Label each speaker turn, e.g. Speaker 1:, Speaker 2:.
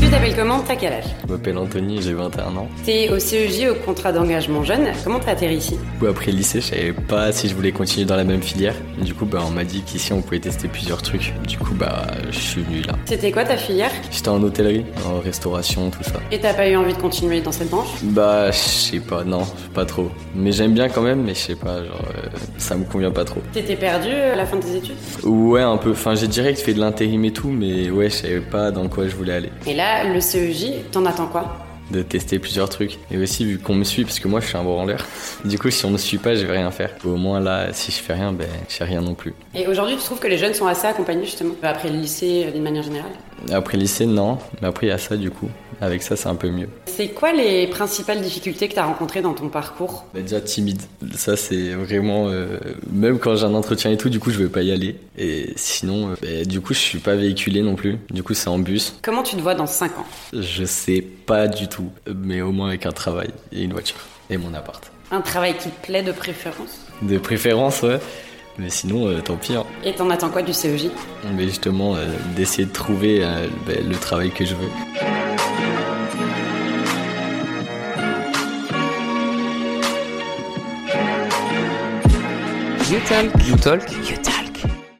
Speaker 1: Tu t'appelles comment T'as quel âge
Speaker 2: Je m'appelle Bah, Anthony, j'ai 21 ans.
Speaker 1: T'es au CEJ, E au contrat d'engagement jeune. Comment t'as atterri ici
Speaker 2: Du coup, après le lycée, je savais pas si je voulais continuer dans la même filière. Du coup, bah, on m'a dit qu'ici, on pouvait tester plusieurs trucs. Du coup, bah, je suis venu là.
Speaker 1: C'était quoi ta filière
Speaker 2: J'étais en hôtellerie, en restauration, tout ça.
Speaker 1: Et t'as pas eu envie de continuer dans cette branche
Speaker 2: Bah, je sais pas, non, pas trop. Mais j'aime bien quand même, mais je sais pas, genre, euh, ça me convient pas trop.
Speaker 1: T'étais perdu à la fin de tes études
Speaker 2: Ouais, un peu. Enfin, j'ai direct fait de l'intérim et tout, mais ouais, je savais pas dans quoi je voulais aller.
Speaker 1: Et là, le CEJ, t'en attends quoi
Speaker 2: de tester plusieurs trucs. Et aussi, vu qu'on me suit, parce que moi je suis un bon l'air du coup, si on me suit pas, je vais rien faire. Au moins là, si je fais rien, ben, je sais rien non plus.
Speaker 1: Et aujourd'hui, tu trouves que les jeunes sont assez accompagnés justement Après le lycée, euh, d'une manière générale
Speaker 2: Après le lycée, non, mais après, il y a ça du coup. Avec ça, c'est un peu mieux.
Speaker 1: C'est quoi les principales difficultés que t'as rencontrées dans ton parcours
Speaker 2: Ben, déjà timide, ça c'est vraiment. euh, même quand j'ai un entretien et tout, du coup, je vais pas y aller. Et sinon, euh, ben, du coup, je suis pas véhiculé non plus. Du coup, c'est en bus.
Speaker 1: Comment tu te vois dans 5 ans
Speaker 2: Je sais pas du tout, mais au moins avec un travail et une voiture et mon appart.
Speaker 1: Un travail qui te plaît de préférence
Speaker 2: De préférence, ouais. Mais sinon, euh, tant pis. hein.
Speaker 1: Et t'en attends quoi du E CEJ
Speaker 2: Mais justement, euh, d'essayer de trouver euh, ben, le travail que je veux.
Speaker 3: You Talk. You Talk. You Talk.